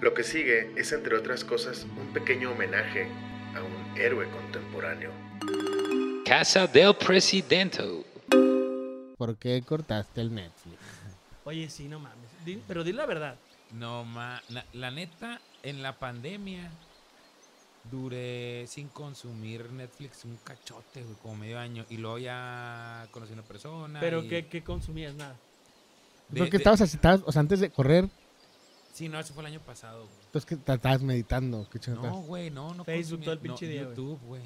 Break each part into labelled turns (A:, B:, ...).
A: Lo que sigue es, entre otras cosas, un pequeño homenaje a un héroe contemporáneo.
B: Casa del Presidente.
C: ¿Por qué cortaste el Netflix?
D: Oye, sí, no mames. Di- pero di la verdad.
E: No, ma, na- la neta, en la pandemia duré sin consumir Netflix un cachote, güey, como medio año. Y luego ya conocí a una persona.
D: Pero
E: y
D: ¿qué, qué consumías? Nada.
E: de-
C: Porque
E: de-
C: estabas así, estabas- o sea, antes de correr,
E: Sí, no, eso fue el año pasado, güey.
C: entonces que te estabas meditando. ¿Qué chingados
E: No,
C: estabas?
E: güey, no, no.
D: Facebook
E: consumía-
D: todo el pinche
E: no,
D: día, güey.
E: YouTube, güey.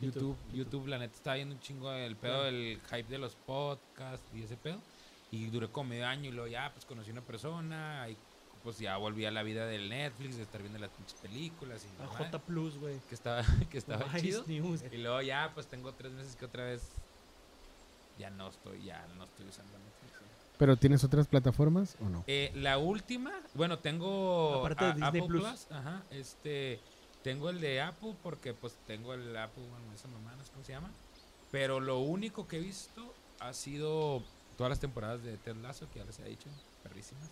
D: YouTube,
E: YouTube, YouTube, la neta, estaba viendo un chingo del pedo, del hype de los podcasts y ese pedo. Y duré como medio año y luego ya, pues conocí una persona y pues ya volví a la vida del Netflix, de estar viendo las pinches películas y
D: A
E: la madre,
D: J Plus, güey.
E: que estaba, que estaba
D: Vice
E: chido.
D: News.
E: Y luego ya, pues tengo tres meses que otra vez ya no estoy, ya no estoy usando Netflix. güey.
C: ¿Pero tienes otras plataformas o no?
E: Eh, la última, bueno, tengo
D: Aparte de
E: a-
D: Disney
E: Apple
D: Plus.
E: Plus. ajá, este, tengo el de Apple porque pues tengo el Apple, bueno, esa mamá, no sé cómo se llama. Pero lo único que he visto ha sido todas las temporadas de Ted Lasso, que ya les he dicho, perrísimas.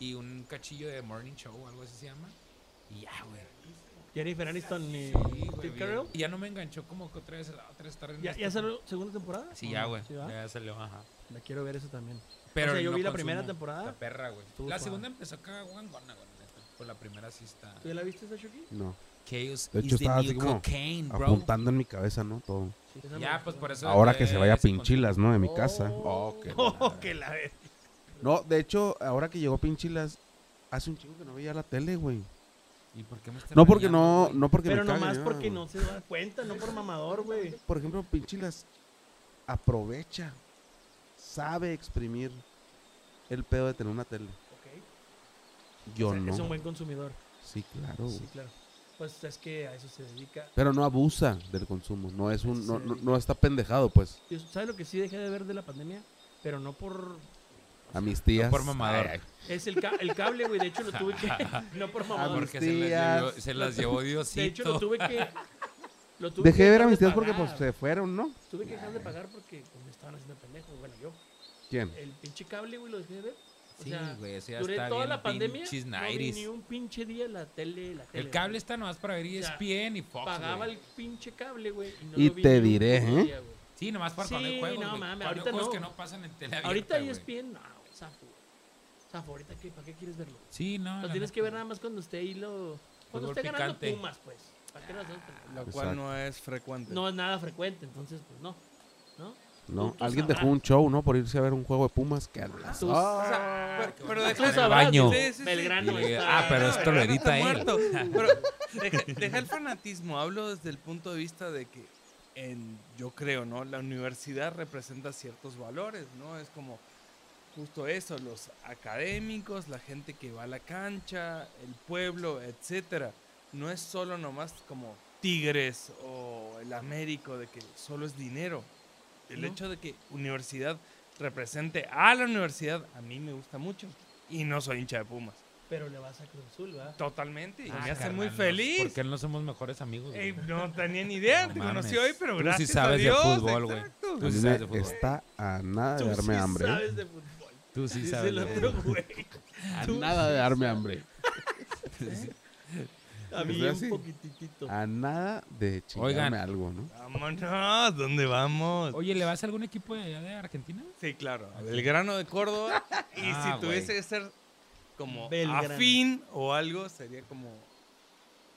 E: Y un cachillo de Morning Show, algo así se llama. Y ya, güey.
D: Jennifer Aniston y
E: Sí, güey,
D: Steve
E: bien.
D: Carell.
E: Y ya no me enganchó como que otra vez, otra vez estar en
D: ¿Ya,
E: esto,
D: ya
E: pues.
D: salió segunda temporada?
E: Sí,
D: ¿O
E: ya,
D: no?
E: güey.
D: ¿Sí, va?
E: ya salió, ajá.
D: La quiero ver eso también.
E: Pero
D: yo
E: no
D: vi la primera
E: consumo.
D: temporada.
E: Está perra, güey.
D: Estuvo
E: La
D: suave.
E: segunda empezó acá guangona, güey. la neta. Pues la primera sí está.
D: ¿Tú ya la viste esa Chucky?
F: No.
E: Chaos
F: De hecho,
E: is the
F: estaba
E: new
F: así como
D: Mm.
E: cocaine, bro.
F: Apuntando en mi cabeza, ¿no? Todo.
D: Esa me
E: Ya,
D: gustó.
E: pues por eso.
F: Ahora
E: eh,
F: que se vaya a
E: ese
F: Pinchilas, ¿no? De mi casa.
D: Oh.
F: Oh, qué
D: Oh,
F: la-
D: que la ves.
F: No, de hecho, ahora que llegó Pinchilas, hace un chingo que no veía la tele, güey.
E: concepto. ¿Y por qué me estás
F: No porque
E: regañando,
F: no,
E: güey?
F: no porque
D: Pero
F: me cague,
D: nomás
F: no.
D: porque no se da cuenta, no por mamador, güey.
F: Por ejemplo, Pinchilas aprovecha, sabe exprimir el pedo de tener una tele.
D: Ok.
F: Yo
D: O Oh. sea,
F: no.
D: Es un buen consumidor.
F: Sí, claro. güey.
D: Sí, claro. Pues es que a eso se dedica.
F: Pero no abusa del consumo, no es un no,
D: Sí.
F: no, no está pendejado, pues.
D: Yo- ¿Sabes lo que sí dejé de ver de la pandemia? Pero no por...
F: A mis tías.
E: por mamador.
F: Ay, ay.
D: Es el, ca- el cable, güey. De hecho, lo tuve que... No por
E: Ah,
D: mamador.
E: porque se las, llevó,
F: Tías.
E: se las llevó Diosito.
D: De hecho, lo tuve que... lo tuve
F: Dejé
D: que
F: de ver a
D: dejar
F: mis tías porque
D: pagar.
F: pues se fueron, ¿no?
D: Tuve que dejar de pagar porque pues, me estaban haciendo pendejo. Bueno, yo.
F: ¿Quién?
D: El pinche cable, güey, lo dejé de ver. O
E: Sí,
D: sea,
E: güey, eso ya
D: Duré
E: está
D: toda
E: bien
D: la pandemia.
E: pinches
D: No vi
E: 90s.
D: ni un pinche día la tele. La tele
E: El cable
D: güey.
E: está nomás para ver E
D: O sea,
E: ESPN y Fox.
D: Pagaba
E: güey.
D: el pinche cable, güey. Y, no
F: Y
D: lo vi
F: te
D: ni un
F: diré,
D: puto
F: ¿eh?
D: día, güey.
E: Sí, nomás para
D: Sí,
E: poner juegos.
D: no,
E: güey.
D: mames,
E: Poner
D: ahorita
E: juegos
D: no.
E: que no pasan en tele
D: Ahorita E
E: abierta, güey.
D: ESPN, no, güey, zafo. güey. Zafo, ahorita, qué, ¿para qué quieres verlo?
E: Sí, no.
D: Lo
E: la
D: tienes
E: neta.
D: que ver nada más cuando esté ahí lo... Cuando
E: Fútbol
D: esté ganando
E: picante. Ah,
D: Pumas, pues. ¿Para qué lo hacemos?
G: Lo
F: Exacto.
G: cual no es frecuente.
D: No es nada frecuente, entonces, pues, no. ¿No?
F: No,
D: tú
F: alguien
D: sabrás.
F: dejó un show, ¿no? Por irse a ver un juego de Pumas. ¿Qué hablas?
D: Tú sa-
F: Ah.
G: Pero, pero
D: tú
G: deja
D: sabrás,
E: baño.
D: dice, Belgrano
E: Y le-
D: está...
E: ah, pero esto lo edita él. Ah,
G: muerto. Pero deja, deja el fanatismo. Hablo desde el punto de vista de que, en, yo creo, ¿no? La universidad representa ciertos valores, ¿no? Es como justo eso, los académicos, la gente que va a la cancha, el pueblo, etcétera. No es solo nomás como Tigres o el Américo de que solo es dinero. El
D: No.
G: hecho de que universidad represente a la universidad a mí me gusta mucho y no soy hincha de Pumas.
D: Pero le vas a Cruz Azul, ¿verdad?
G: Totalmente. Y
E: Ah,
G: me hace
E: carnal,
G: muy
E: no,
G: feliz.
E: ¿Por qué no somos mejores amigos? güey?
G: Ey, no tenía ni idea.
E: No
G: te
E: mames.
G: conocí hoy, pero
E: Tú sí
G: gracias
E: sabes
G: a
E: de
G: Dios.
E: fútbol, güey.
G: exacto.
F: A
E: Tú
F: mí
E: sí
F: me
E: sabes de fútbol.
F: está a nada de
D: Tú sí
F: darme hambre. ¿eh?
D: sabes de fútbol.
E: Tú sí
D: Dice
E: sabes.
D: el
E: de
D: otro
E: fútbol.
D: güey.
F: A
D: Tú
F: nada de darme hambre.
D: A mí
F: ¿Verdad?
D: un
F: Sí. Ah,
D: poquitito.
F: A nada de chingarme
E: Oigan.
F: algo, ¿no?
G: Vámonos, ¿dónde vamos?
E: Oye, ¿le vas a algún equipo de allá de Argentina?
G: Sí, claro. El grano de Córdoba. y
E: Ah,
G: si tuviese
E: güey.
G: que ser como
D: Belgrano.
G: afín o algo, sería como.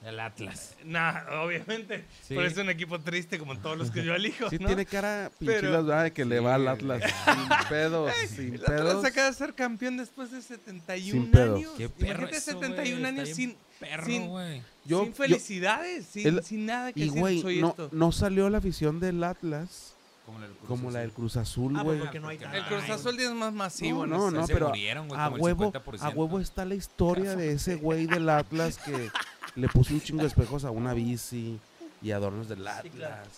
E: El Atlas.
G: Nah, obviamente.
E: Sí.
G: Pero es un equipo triste como todos los que yo elijo.
F: Sí
G: ¿no?
F: tiene cara
G: Pero-
F: pinchilas, ¿verdad? De que le
E: Sí,
F: va al
E: güey.
F: Atlas. sin pedos, sin
G: El Atlas
F: pedos.
G: acaba de ser campeón después de 71
F: Sin pedos.
G: años.
E: Qué perro
G: Imagínate
E: eso,
G: 71
E: güey,
G: años
E: está
G: sin,
E: bien Perro,
G: Sin-
E: güey.
F: Yo-
G: sin
F: yo-
G: felicidades, sin,
F: el-
G: sin nada que
F: y,
G: decir,
F: güey,
G: soy
F: no,
G: esto.
F: no salió la afición del Atlas
E: Como la del Cruz
F: como la del
E: Azul.
F: Cruz Azul,
D: Ah, pues,
F: güey.
D: porque no hay
E: porque-
G: El
D: tanto.
G: Cruz
D: Ay,
G: Azul es más masivo.
F: No, no,
G: sé.
E: Se
F: pero
E: murieron, güey,
F: a
E: como el
F: huevo,
E: 50%.
F: a huevo está la historia de ese güey del Atlas que le puso un chingo de espejos a una bici y adornos del
D: claro.
F: Atlas.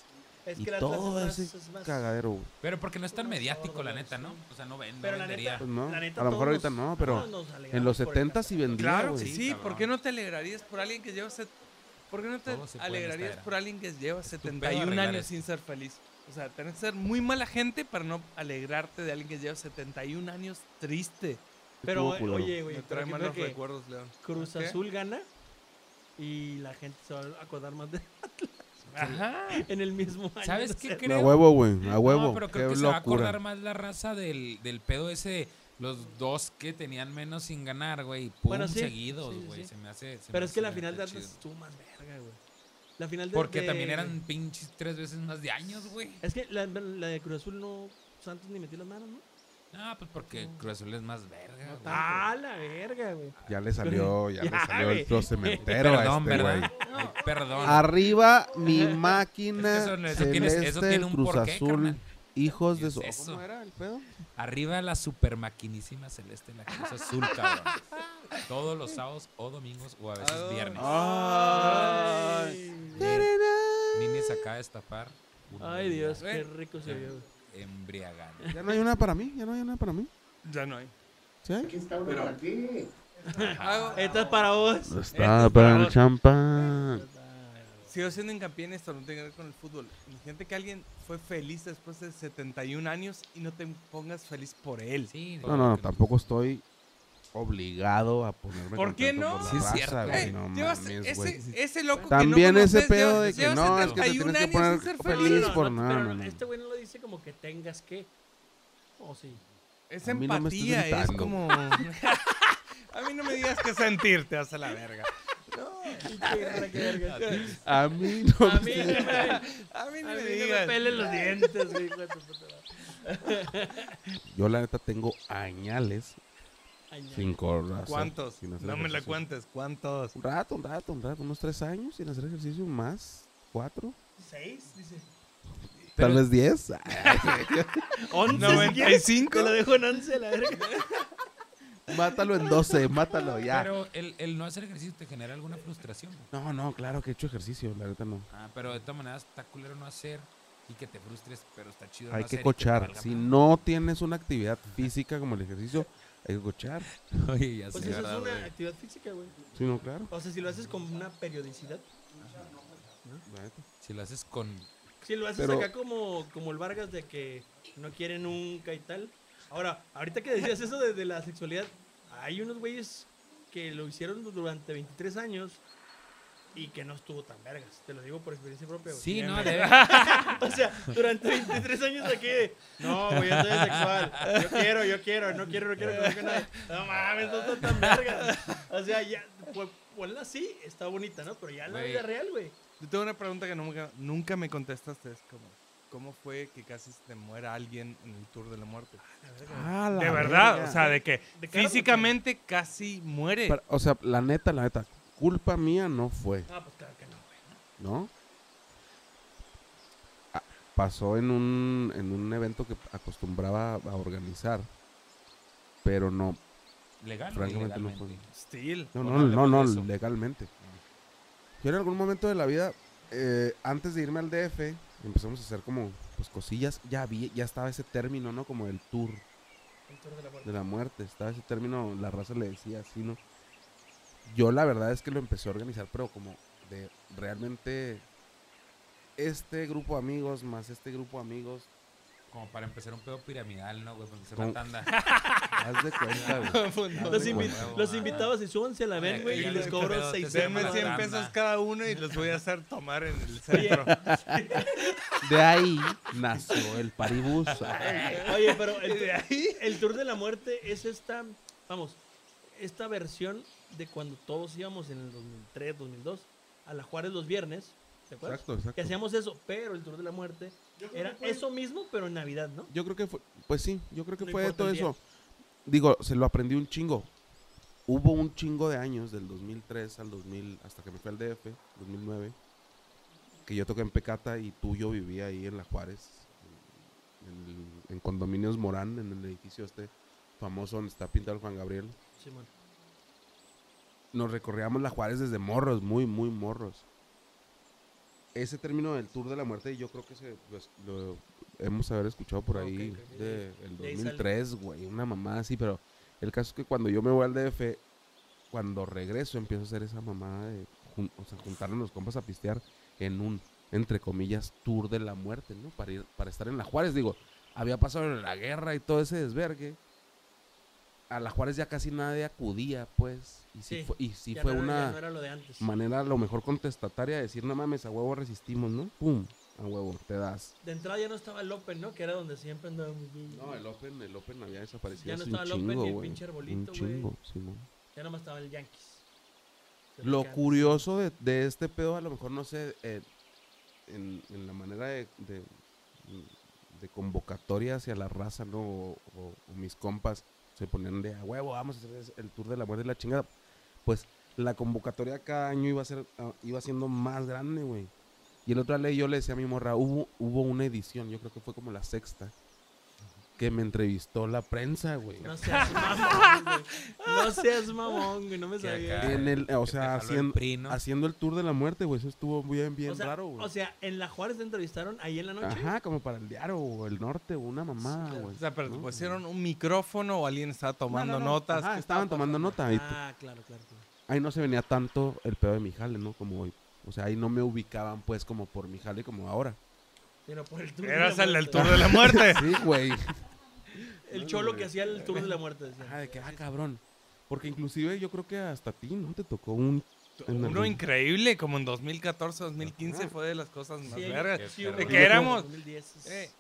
D: Es
F: y
D: que el Atlas
F: todo
D: es más-
F: ese
D: es más-
F: cagadero, güey.
E: Pero porque no es tan mediático, la neta, ¿no? O sea, no vende.
D: Pero
E: no
D: la
E: vendería.
D: neta,
F: Pues no,
D: la neta,
F: a lo mejor
D: todos
F: ahorita
D: nos-
F: no, pero
D: todos nos
F: En
D: alegramos
F: los
D: por el
F: 70
D: Atlas.
F: sí vendía,
G: Claro,
F: güey.
G: sí, sí.
E: cabrón.
G: ¿Por qué no te alegrarías por alguien que lleva... set- ¿Por qué no te
E: Todo se puede en esta
G: alegrarías
E: era.
G: por alguien que lleva
E: tu pedo
G: 71
E: arreglar
G: años
E: esto.
G: sin ser feliz? O sea, tenés que ser muy mala gente para no alegrarte de alguien que lleva 71 años triste.
D: Pero,
F: Estuvo culero.
D: oye, güey,
G: Me
D: pero
G: trae
D: aquí
G: malos
D: creo que
G: recuerdos, León.
D: Cruz
G: ¿Qué?
D: Azul gana y la gente se va a acordar más de
E: Ajá.
D: en el mismo año.
E: ¿Sabes
D: no
E: qué
D: sé.
E: creo?
F: A huevo, güey. A huevo.
E: No, pero creo
F: Qué
E: que se va a
F: locura.
E: acordar más la raza del, del pedo ese. Los dos que tenían menos sin ganar, güey. Pum,
D: Bueno, sí,
E: seguidos,
D: sí, sí,
E: güey.
D: sí.
E: Se me hace. se me
D: Pero es que la
E: hace
D: final de
E: chido.
D: Atlas estuvo más verga, güey. La final de
E: Porque
D: de-
E: también eran pinches tres veces más de años, güey.
D: Es que la, la de Cruz Azul no. Santos ni metió las manos, ¿no?
E: No, pues porque Cruz Azul es más verga, güey.
D: Ah, la verga, güey.
F: Ya le salió, ya, le
D: Ya,
F: salió
D: güey.
F: el pro cementero a
E: Perdón,
F: este
E: ¿verdad?
F: güey. Ah.
E: Ay, perdón.
F: Arriba mi
E: Es
F: máquina
E: que eso- eso tiene- eso
F: celeste,
E: tiene un
F: Cruz
E: porqué,
F: Azul,
E: carnal.
F: hijos
E: ¿Qué
F: de
E: es
F: su...
E: eso?
F: ¿Cómo era el pedo?
E: Arriba la super maquinísima celeste, la Cruz Azul, cabrón. Todos los sábados o domingos o a
D: Ah.
E: veces viernes.
D: Ay,
E: Nini se acaba de destapar. una
D: Ay, Dios,
E: bebida
D: qué rico se vio, güey.
E: Embriagante.
F: Ya no hay una para mí, ya no hay una para mí.
G: Ya no hay.
F: ¿Sí hay?
G: Hago-
D: Esta es para vos.
F: Está para el champán.
G: Sigo haciendo hincapié en esto, no tiene que ver con el fútbol. Imagínate que alguien fue feliz después de 71 años y no te pongas feliz por él.
E: Sí,
F: No, no, no, tampoco estoy obligado a ponerme
G: ¿Por qué
F: contento
G: no?
F: por la
E: Sí, es
F: raza,
E: cierto.
F: güey,
G: Ey,
F: no
G: Eh, llevas
F: mames, güey.
G: ese, ese loco
F: También
G: que no
F: ese
G: conoces,
F: pedo
G: llevas-
F: de que
G: llevas
F: no, es que te
G: 71
F: tienes que
G: años sin
F: poner pues,
G: ser
F: feliz.
G: feliz.
F: por
D: no,
F: nada,
D: pero
F: no, no.
D: Este güey no lo dice como que tengas que. O sí.
G: Es
F: A mí no me
G: empatía,
F: estés
G: es
F: gritando.
G: como... a mí no me digas que sentirte hasta la verga.
F: A mí no
D: A
F: me
D: mí, no me- a mí
G: A mí
D: no
G: no
D: me
G: me digas.
D: pelen los dientes, güey. hijo de tu puta madre.
F: Yo la neta tengo añales
D: Ay, no.
F: sin correr.
G: ¿Cuántos?
F: Sin hacer
G: No me la
F: ejercicio.
G: cuentes, ¿cuántos?
F: Un rato, un rato, un rato, unos tres años sin hacer ejercicio más, cuatro,
D: ¿Seis? Dice.
F: tal vez diez.
D: ¿Once? Te
G: 95.
D: lo dejo en once, la verga.
F: mátalo en doce, mátalo ya.
E: Pero el, el no hacer ejercicio te genera alguna frustración. güey.
F: No, no, claro que he hecho ejercicio, la neta no.
E: Ah, pero de todas maneras está culero no hacer y que te frustres, pero está chido. no
F: Hay
E: hacer y
F: que
E: te
F: cochar.
E: valga
F: Si
E: madre.
F: no tienes una actividad física como el ejercicio, hay que cochar.
E: Oye, ya
D: Pues
E: sé,
D: eso es
E: ¿verdad,
D: una
E: güey?
D: actividad física, güey.
F: Sí, no, claro.
D: O sea, si lo haces con una periodicidad.
F: la neta.
E: Si lo haces con.
D: Si lo haces
F: Pero-
D: acá como, como el Vargas de que no quiere nunca y tal. Ahora, ahorita que decías eso de, de la sexualidad, hay unos güeyes que lo hicieron durante 23 años y que no estuvo tan vergas. Te lo digo por experiencia propia, güey.
E: Sí,
D: Bien,
E: no,
D: güey.
E: de
D: O sea, durante 23 años de que, no, güey, yo soy sexual. Yo quiero, yo quiero, no quiero, no quiero, no quiero nada. No mames, no está tan vergas. O sea, ya, pues, ponla así, está bonita, ¿no? Pero ya en la
E: Güey.
D: vida real, güey.
G: Yo tengo una pregunta que nunca, nunca me contestaste. Es como, ¿cómo fue que casi se te muera alguien en el Tour de la Muerte?
F: Ah, la
G: De verdad,
F: verga.
G: o sea, de que
D: De cara,
G: físicamente casi muere.
F: Pero, o sea, la neta, la neta, culpa mía no fue,
D: Ah, pues claro que no, güey.
F: ¿no? Ah, Pasó en un, en un evento que acostumbraba a organizar, pero no,
E: Legal. o
F: Francamente, no
E: ilegalmente?
G: Steel.
F: no,
E: ¿O
F: no,
E: no
F: no, no,
E: hablemos de eso?
F: legalmente. Yo en algún momento de la vida, eh, antes de irme al DF, empezamos a hacer como, pues, cosillas, ya vi, ya estaba ese término, ¿no? Como el tour
D: El tour de la muerte.
F: de la muerte, estaba ese término, la raza le decía así, ¿no? Yo la verdad es que lo empecé a organizar, pero como de realmente este grupo de amigos más este grupo de amigos,
E: Como para empezar un pedo piramidal, ¿no, güey? Para empezar
F: Como-
E: una tanda.
F: haz de cuenta, güey.
D: Los,
F: Sí,
D: invi-
E: güey.
D: los invitados y súbanse a la ven,
F: Eh,
E: Oye,
D: güey,
E: ya
D: y
E: les
D: les cobro
E: cambió, te
D: 600
E: hicieron
G: Denme
E: Hermano,
G: 100
E: banda.
G: pesos cada uno y los voy a hacer tomar en el centro.
F: De ahí nació el paribus. Ay,
D: Oye, pero el, el Tour de la Muerte es esta, vamos, esta versión de cuando todos íbamos en el 2003, 2002 a la Juárez los viernes, ¿te acuerdas?
F: Exacto,
D: Que
F: exacto.
D: hacíamos eso, pero el Tour de la Muerte era eso mismo, pero en Navidad, ¿no?
F: Yo creo que fue, pues sí, yo creo que
D: No
F: fue de
D: importa
F: todo
D: el día.
F: eso. Digo, se lo aprendí un chingo. Hubo un chingo de años, del 2003 al 2000, hasta que me fui al DF, 2009, que yo toqué en Pecata y tú y yo vivía ahí en La Juárez, en, el- en Condominios Morán, en el edificio este famoso donde está pintado el Juan Gabriel.
D: Simón.
F: Nos recorríamos La Juárez desde morros, muy, muy morros. Ese término del Tour de la Muerte, yo creo que se, pues, lo hemos haber escuchado por
D: Ok,
F: ahí,
D: ok, ok.
F: de- el
D: De ahí sale.
F: 2003, güey, una mamá así, pero el caso es que cuando yo me voy al DF, cuando regreso empiezo a hacer esa mamada de jun- o sea, juntarnos los compas a pistear en un, entre comillas, tour de la muerte, ¿no? Para, ir, para estar en la Juárez, digo, había pasado la guerra y todo ese desvergue. a la Juárez ya casi nadie acudía, pues. Y sí,
D: Sí,
F: fue, y sí
D: Ya
F: fue
D: no era-
F: una
D: ya no era lo de antes.
F: manera a lo mejor contestataria de decir, no mames, a huevo resistimos, ¿no? ¡Pum! A huevo, te das.
D: De entrada ya no estaba el Open, ¿no? Que era donde siempre andábamos.
F: No, el Open, el Open había desaparecido.
D: Ya no
F: hace
D: estaba el
F: un
D: Open ni
F: chingo,
D: el
F: güey.
D: pinche
F: Un
D: arbolito, güey.
F: chingo, sí, ¿no?
D: Ya nomás estaba el Yankees. Que es
F: Lo
D: que antes-
F: curioso de, de este pedo, a lo mejor no sé, eh, en, en la manera de, de- de convocatoria hacia la raza, ¿no? O, o- o mis compas se ponían de a huevo, vamos a hacer es- el tour de la muerte y la chingada. Pues la convocatoria cada año iba a ser, ah, iba siendo más grande, güey. Y el otro día yo le decía a mi morra, hubo, hubo una edición, yo creo que fue como la sexta, que me entrevistó la prensa, güey.
D: No seas mamón, güey. No seas mamón, güey. No me
E: Que
D: sabía.
E: acá-
F: En el, eh, o sea, haciendo,
E: prino.
F: haciendo el tour de la muerte, güey. Eso estuvo bien, bien
D: o sea,
F: raro, güey.
D: O sea, en la Juárez te entrevistaron ahí en la noche.
F: Ajá, como para el diario o el norte, o una mamá,
D: claro.
F: güey.
G: O sea, pero te
F: ¿no?
G: pusieron un micrófono o alguien estaba tomando
F: No, no, no.
G: notas.
F: Ajá,
G: ¿qué
F: estaban
G: estaba
F: tomando nota.
G: pasando?
F: y
D: Ah, claro, claro. claro.
F: ahí no se venía tanto el pedo de mi jale, ¿no? Como hoy. O sea, ahí no me ubicaban, pues, como por mi jale como ahora.
D: Pero por el tour. de la
G: Eras el del
D: muerte.
G: tour de la muerte.
F: Sí, güey.
D: El cholo que hacía el tour de la muerte. decía.
F: Ajá, de que, ah, cabrón. Porque inclusive yo creo que hasta a ti, ¿no? Te tocó un... en
G: Uno
F: algún-
G: increíble, como en 2014, 2015
F: Ajá.
G: fue de las cosas más
D: Sí,
G: vergas.
E: que-
D: sí, hubo
G: de
D: un
G: que
D: tour en
G: éramos-
D: 2010 es-
G: Eh,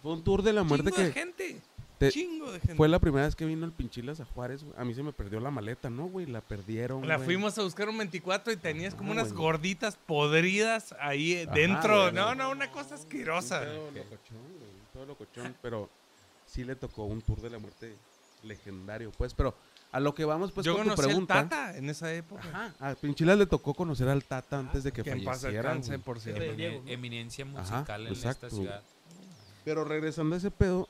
F: Fue un tour de la muerte
G: chingo de
F: que...
G: gente.
F: te-
G: Chingo de gente.
F: Fue la primera vez que vino el Pinchilas a Juárez, güey. A mí se me perdió la maleta, ¿no, güey? La perdieron,
G: La
F: güey.
G: fuimos a buscar un 24 y tenías como
F: Ah,
G: unas
F: güey.
G: gorditas podridas ahí eh, dentro.
F: güey,
G: no,
F: güey.
G: no, una cosa asquerosa.
F: Todo locochón, güey, todo locochón, pero sí le tocó un tour de la muerte legendario, pues, pero a lo que vamos, pues,
G: Yo
F: con tu
G: conocí al
F: pregunta.
G: Tata en esa época.
F: Ajá, a Pinchilas le tocó conocer al Tata antes de que
G: Ah, que en paz
F: falleciera.
G: alcance,
F: güey.
G: por
D: Sí,
G: cierto.
D: güey. Diego,
E: Emine-
D: ¿no?
E: eminencia
F: Ajá,
E: musical en
F: exacto,
E: esta ciudad
F: Pero regresando a ese pedo,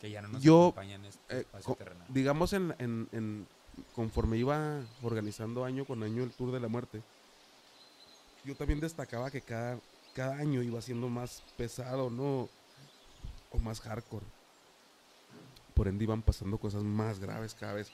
E: que ya no nos
F: Yo,
E: acompaña en este
F: eh,
E: espacio
F: co-
E: terrenal.
F: digamos, en, en- en- conforme iba organizando año con año el Tour de la Muerte, yo también destacaba que cada, cada año iba siendo más pesado, ¿no? O más hardcore. Por ende iban pasando cosas más graves cada vez.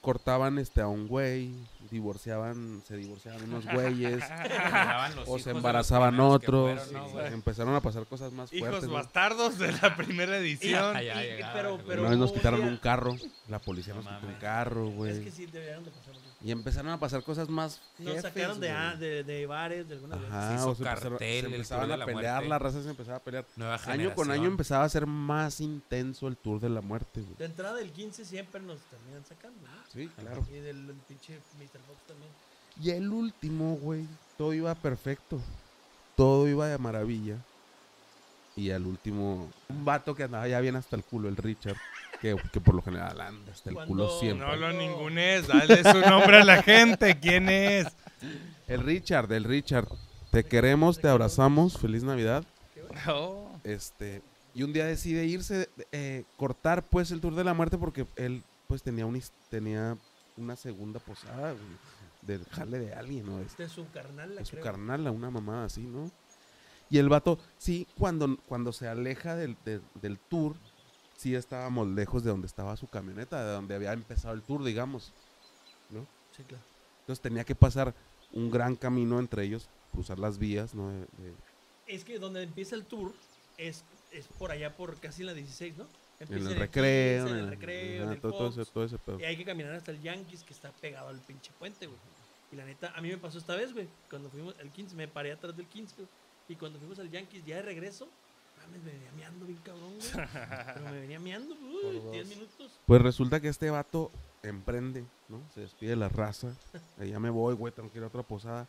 F: Cortaban este, a un güey, divorciaban, se divorciaban unos güeyes,
E: Llegaban los
F: o
E: hijos de
F: se
E: los
F: embarazaban
E: primeros que
F: otros,
E: fueron, ¿no,
F: y
E: güey?
F: empezaron a pasar cosas más
G: Hijos
F: fuertes. ¿no?
G: bastardos de la primera edición.
E: Allá
D: Y- y-
E: llegaban,
D: pero-
E: güey.
D: pero-
F: Una vez nos
D: un
F: quitaron
D: día-
F: un carro, la policía
E: No
F: nos quitó un
E: mames.
F: carro, güey.
D: Es que sí, deberían de pasar.
F: Y empezaron a pasar cosas más.
D: Nos
F: jefes,
D: sacaron de,
F: güey.
D: ah, de, de bares, de algunas veces.
E: Se
F: Ajá,
E: hizo
F: o se empezaron-
E: cartel,
F: se
E: el
F: empezaban
E: Tour de
F: a
E: la
F: pelear,
E: Muerte.
F: la raza se empezaba a pelear.
E: Nueva
F: Año con año
E: generación.
F: empezaba a ser más intenso el tour de la muerte, güey.
D: De entrada del 15 siempre nos terminan sacando, ¿no?
F: Sí, claro.
D: Y del pinche Mr. Fox también.
F: Y el último, güey, todo iba perfecto. Todo iba de maravilla. Y al último, un vato que andaba ya bien hasta el culo, el Richard, que, que por lo general anda hasta el culo
D: Cuando-
F: siempre.
G: No lo
D: No.
G: ningunes, dale su nombre a la gente. ¿Quién es?
F: El Richard, el Richard. Te queremos, te abrazamos. Feliz Navidad.
D: Oh.
G: No.
F: Este, y un día decide irse, eh, cortar pues el tour de la muerte porque él pues tenía, un, tenía una segunda posada, güey, del jale de alguien, ¿no? Este,
D: De Este su carnal, la
F: de su
D: creo.
F: carnal, a una mamada así, ¿no? Y el vato, sí, cuando, cuando se aleja del, de- del tour, sí estábamos lejos de donde estaba su camioneta, de donde había empezado el tour, digamos.
D: Sí, claro.
F: Entonces tenía que pasar un gran camino entre ellos, cruzar las vías, ¿no? De- de-
D: Es que donde empieza el tour es, es por allá, por casi la 16, ¿no? Empieza
F: en el
D: 15,
F: recreo,
D: en el
F: la-
D: recreo,
F: ajá,
D: en el
F: todo, todo
D: Fox,
F: ese, todo ese pedo.
D: Y hay que caminar hasta el Yankees que está pegado al pinche puente, güey. Y la neta, a mí me pasó esta vez, güey. Cuando fuimos al 15, me paré atrás del 15, güey. Y cuando fuimos al Yankees, ya de regreso, mames, me venía meando bien cabrón, güey. Pero me venía meando, uy, 10 minutos.
F: Pues resulta que este vato emprende, ¿no? Se despide de la raza. Eh, Ya me voy, güey, tengo que ir a otra posada.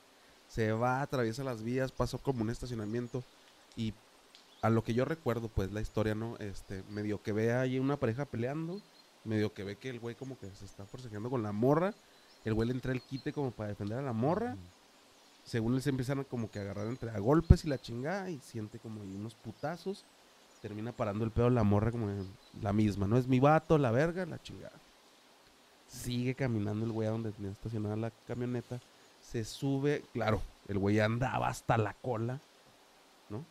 F: Se va, atraviesa las vías, pasó como un estacionamiento. Y a lo que yo recuerdo, pues la historia, ¿no? Este, medio que ve ahí una pareja peleando. Medio que ve que el güey como que se está forcejeando con la morra. El güey le entra el quite como para defender a la morra. Según él se empiezan a como que agarrar entre a golpes y la chingada. Y siente como ahí unos putazos termina parando el pedo la morra como en la misma, ¿no? Es mi vato, la verga, la chingada. Sigue caminando el güey a donde tenía estacionada la camioneta. Se sube, claro, el güey andaba hasta la cola, ¿no?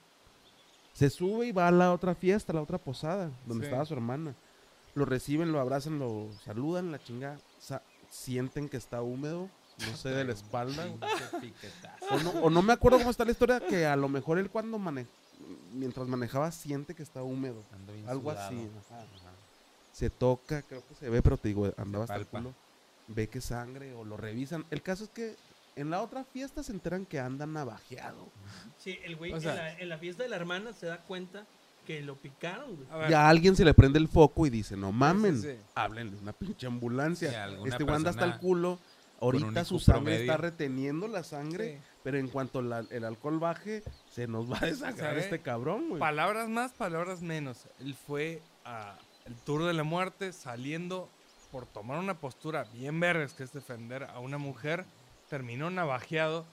F: Se sube y va a la otra fiesta, a la otra posada, donde
G: Sí.
F: estaba su hermana. Lo reciben, lo abrazan, lo saludan, la chingada. Sa- sienten que está húmedo, no sé, de la espalda.
E: Pinche piquetazo.
F: O no, o no me acuerdo cómo está la historia, que a lo mejor él cuando mane- mientras manejaba siente que está húmedo.
E: Ando bien
F: Algo Ah,
E: sudado.
F: así. ajá. se toca, creo que se ve, pero te digo, andaba hasta el
E: palpa.
F: culo, ve que sangre o lo revisan. El caso es que en la otra fiesta se enteran que andan navajeado.
D: Sí, el güey
G: O
D: en
G: sea-
D: la- en, la fiesta de la hermana se da cuenta que lo picaron, güey.
G: A ver,
F: Y a alguien se le prende el foco y dice, no mamen,
G: sí.
F: háblenle una pinche
E: Sí,
F: ambulancia.
E: alguna
F: este güey anda hasta el
E: persona
F: culo.
E: un
F: Ahorita
E: IQ
F: su sangre
E: promedio.
F: está reteniendo la sangre,
G: Sí.
F: pero en cuanto la- el alcohol baje, se nos va a desangrar
G: ¿Sabe?
F: este cabrón, güey.
G: palabras más, palabras menos. Él fue a el tour de la muerte saliendo por tomar una postura bien vergas, que es defender a una mujer. Terminó navajeado,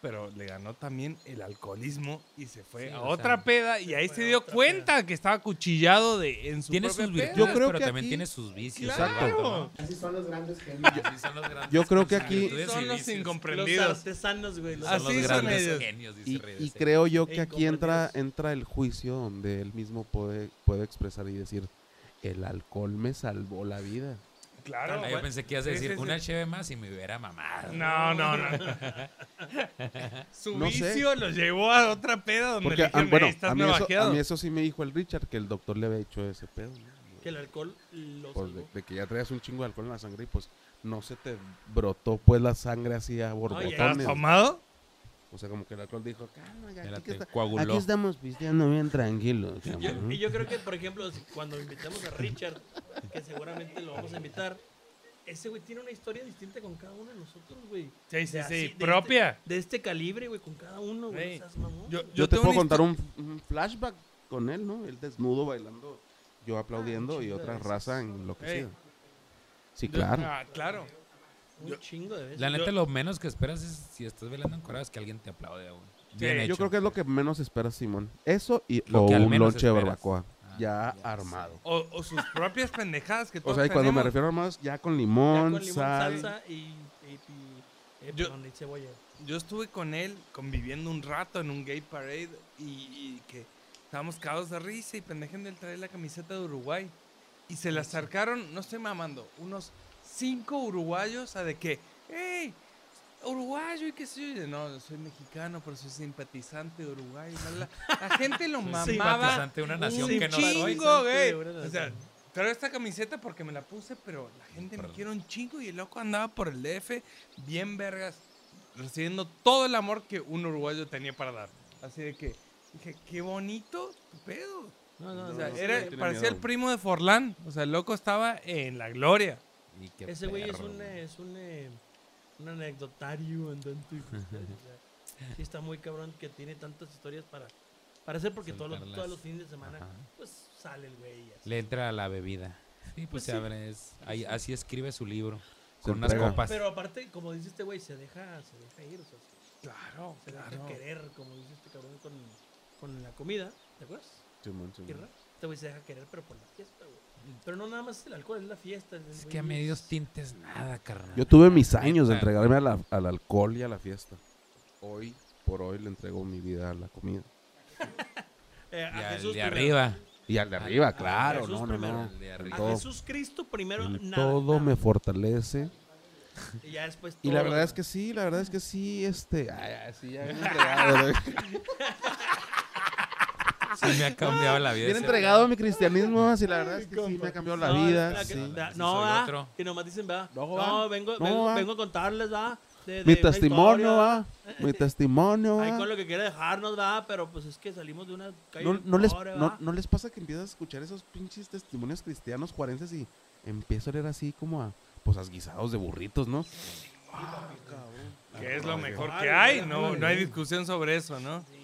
G: pero le ganó también el alcoholismo y se fue
E: Sí,
G: a
E: o
G: otra
E: sea,
G: peda y ahí
D: fue
G: se
D: a
G: dio
D: otra
G: cuenta que estaba cuchillado de, en su
E: Tiene
G: propia
E: sus
G: peda.
E: virtudes,
F: Yo creo
E: pero
F: que
E: también
F: aquí-
E: tiene sus vicios. el
F: Claro.
E: vato,
C: Así son los grandes genios.
E: ¿no? Así son los grandes
F: Yo creo que
E: con sus
F: aquí-
E: virtudes y
G: Son los
E: vicios.
D: Los
G: incomprendidos.
D: artesanos, güey. los
E: Son
G: Así
E: los
G: son
D: artesanos.
E: grandes
G: ellos.
E: genios, dice eh.
F: Y,
E: Rey
F: y
E: Deseo.
F: creo yo
D: E
F: que aquí entra,
D: incomprendidos.
F: entra el juicio donde él mismo puede, puede expresar y decir, el alcohol me salvó la vida.
G: Claro.
E: Ah, yo pensé que ibas a
G: Sí,
E: decir
G: sí, sí.
E: una cheve más y me hubiera mamado.
G: No, no, no. Su
F: No sé.
G: vicio los llevó a otra peda donde
F: Porque,
G: le
F: ah,
G: dijeron,
F: bueno,
G: "Ey, estás
F: a mí, eso, a
G: navajeado".
F: mí eso sí me dijo el Richard, que el doctor le había hecho ese pedo. ¿no?
D: Que el alcohol lo
F: Pues,
D: salvó.
F: de, de que ya traías un chingo de alcohol en la sangre y pues no se te brotó pues la sangre así a
G: ¿Estabas
F: borbotones.
G: tomado?
F: o sea, como que el alcohol dijo, "Calma, aquí,
E: Mira,
F: que
E: te
F: está-
E: coaguló.
F: aquí estamos pisteando bien tranquilos.
D: Yo-
F: cabrón".
D: y yo creo que, por ejemplo, si- cuando invitamos a Richard, que seguramente lo vamos a invitar, ese güey tiene una historia distinta con cada uno de nosotros, güey.
G: Sí, sí,
D: De así- de
G: sí.
D: este-
G: Propia.
D: de este calibre, güey, con cada uno, güey.
G: Ey,
D: esas mamón.
G: Yo,
F: Yo te
G: tengo
F: puedo
G: una
F: contar
G: histo-
F: un, un flashback con él, ¿no? Él desnudo bailando, yo aplaudiendo y
D: chingo de
F: otra
D: veces.
F: raza enloquecida.
G: Ey.
F: Sí,
G: yo-
F: claro.
G: ah, claro.
D: un chingo de veces.
E: La neta,
G: Yo-
E: lo menos que esperas es si estás velando en Corea es que alguien te aplaude. güey. Bien hecho.
F: Yo creo que es lo que menos espera Simón. Eso y
E: Lo
F: o
E: que al
F: un
E: menos
F: lonche de
E: esperas.
F: barbacoa.
E: Ah,
F: ya,
E: ya
F: armado.
G: O, o sus propias pendejadas que
F: O
G: todos
F: sea, y cuando me
G: tenemos.
F: refiero a armados, ya con
D: Ya
F: limón,
D: con limón,
F: sal.
D: salsa y, y, y- eh,
G: Yo-
D: perdón, y cebolla.
G: Yo estuve con él conviviendo un rato en un gay parade y, y que estábamos cagados de risa y pendejen él traer la camiseta de Uruguay. Y se le acercaron, no estoy mamando, unos cinco uruguayos a de que, hey, uruguayo y qué sé yo. Y, No, yo soy mexicano, pero soy simpatizante de Uruguay. bla, bla, bla". La gente lo mamaba
E: Simpatizante de una nación
G: un
E: que no
G: chingo,
E: soy.
G: güey.
D: Sí, bueno,
G: O sea, traigo esta camiseta porque me la puse, pero la gente me
E: Perdón.
G: quiere un chingo y el loco andaba por el DF bien vergas, recibiendo todo el amor que un uruguayo tenía para dar. Así de que dije, qué bonito tu pedo.
D: No, no,
G: O
D: no,
G: sea,
D: no,
G: era-
D: sí,
F: tiene
G: parecía
F: miedo.
G: el primo de Forlán. O sea, el loco estaba en la gloria.
E: Y qué
D: Ese güey es
E: perro,
D: un, eh, es un, eh, un anecdotario andante. hijo de ustedes, o sea, sí está muy cabrón que tiene tantas historias para, para hacer porque todos los,
E: Soltarlas.
D: todos los fines de semana
E: Ajá.
D: pues sale el güey. y así.
E: Le entra a la bebida. Sí, pues,
D: Pues
E: se
D: sí.
E: abre, es- ahí- así escribe su libro.
F: Se
E: Con unas
F: entrega.
E: copas.
D: Pero aparte, como dice este güey, se deja, se deja ir, o sea, se-
G: Claro,
D: se deja querer, como dice este cabrón con, con la comida, ¿te acuerdas?
F: Simón,
E: Mm.
F: Simón.
D: Irra? Este güey se deja querer, pero por la fiesta, güey. Pero no nada más es el alcohol, es la fiesta. el
E: Es
D: güey
E: que a
D: es-
E: medios tintes nada, carnal.
F: Yo tuve mis años de
E: Neta.
F: entregarme a la- al alcohol y a la fiesta. Hoy por hoy le entrego mi vida a la comida.
D: Eh,
E: Y
D: a
E: al
D: Jesús
E: de
D: primero.
E: arriba.
F: Y al de arriba,
D: al-
F: claro.
D: Jesús
F: no, no,
D: primero.
F: no.
E: Al de
F: En
E: arriba.
D: A
F: todo,
D: Jesús Cristo primero,
F: en
D: nada,
F: todo
D: nada.
F: me fortalece.
D: Y ya después
F: Y
D: todo
F: la
D: lo
F: verdad es
D: demás.
F: que sí, la verdad es que sí, este. Ay, ay, sí, ya bien entregado, güey.
E: Sí, me ha cambiado la vida.
F: Bien
E: ese
F: entregado a mi cristianismo, así la verdad es que sí, me ha cambiado la
D: No,
F: vida.
D: la que-
F: sí.
D: la-
E: Sí,
D: no,
E: soy
D: va.
E: otro.
D: Y nomás dicen, va.
F: No,
D: No,
F: va.
D: vengo,
F: No,
D: vengo,
F: va.
D: vengo a contarles, va. de- de
F: Mi
D: una
F: testimonio,
D: historia,
F: va. Mi testimonio,
D: Ahí con
F: va.
D: lo que quiere dejarnos, va. Pero pues es que salimos de una calle.
F: No, no les,
D: pobre,
F: no,
D: va.
F: no les pasa que empiezas a escuchar esos pinches testimonios cristianos juarenses y empiezo a leer así como a pues a guisados de burritos, ¿no?
G: Que es lo mejor que
D: Ay,
G: hay. No, no hay discusión sobre eso, ¿no?
D: Sí,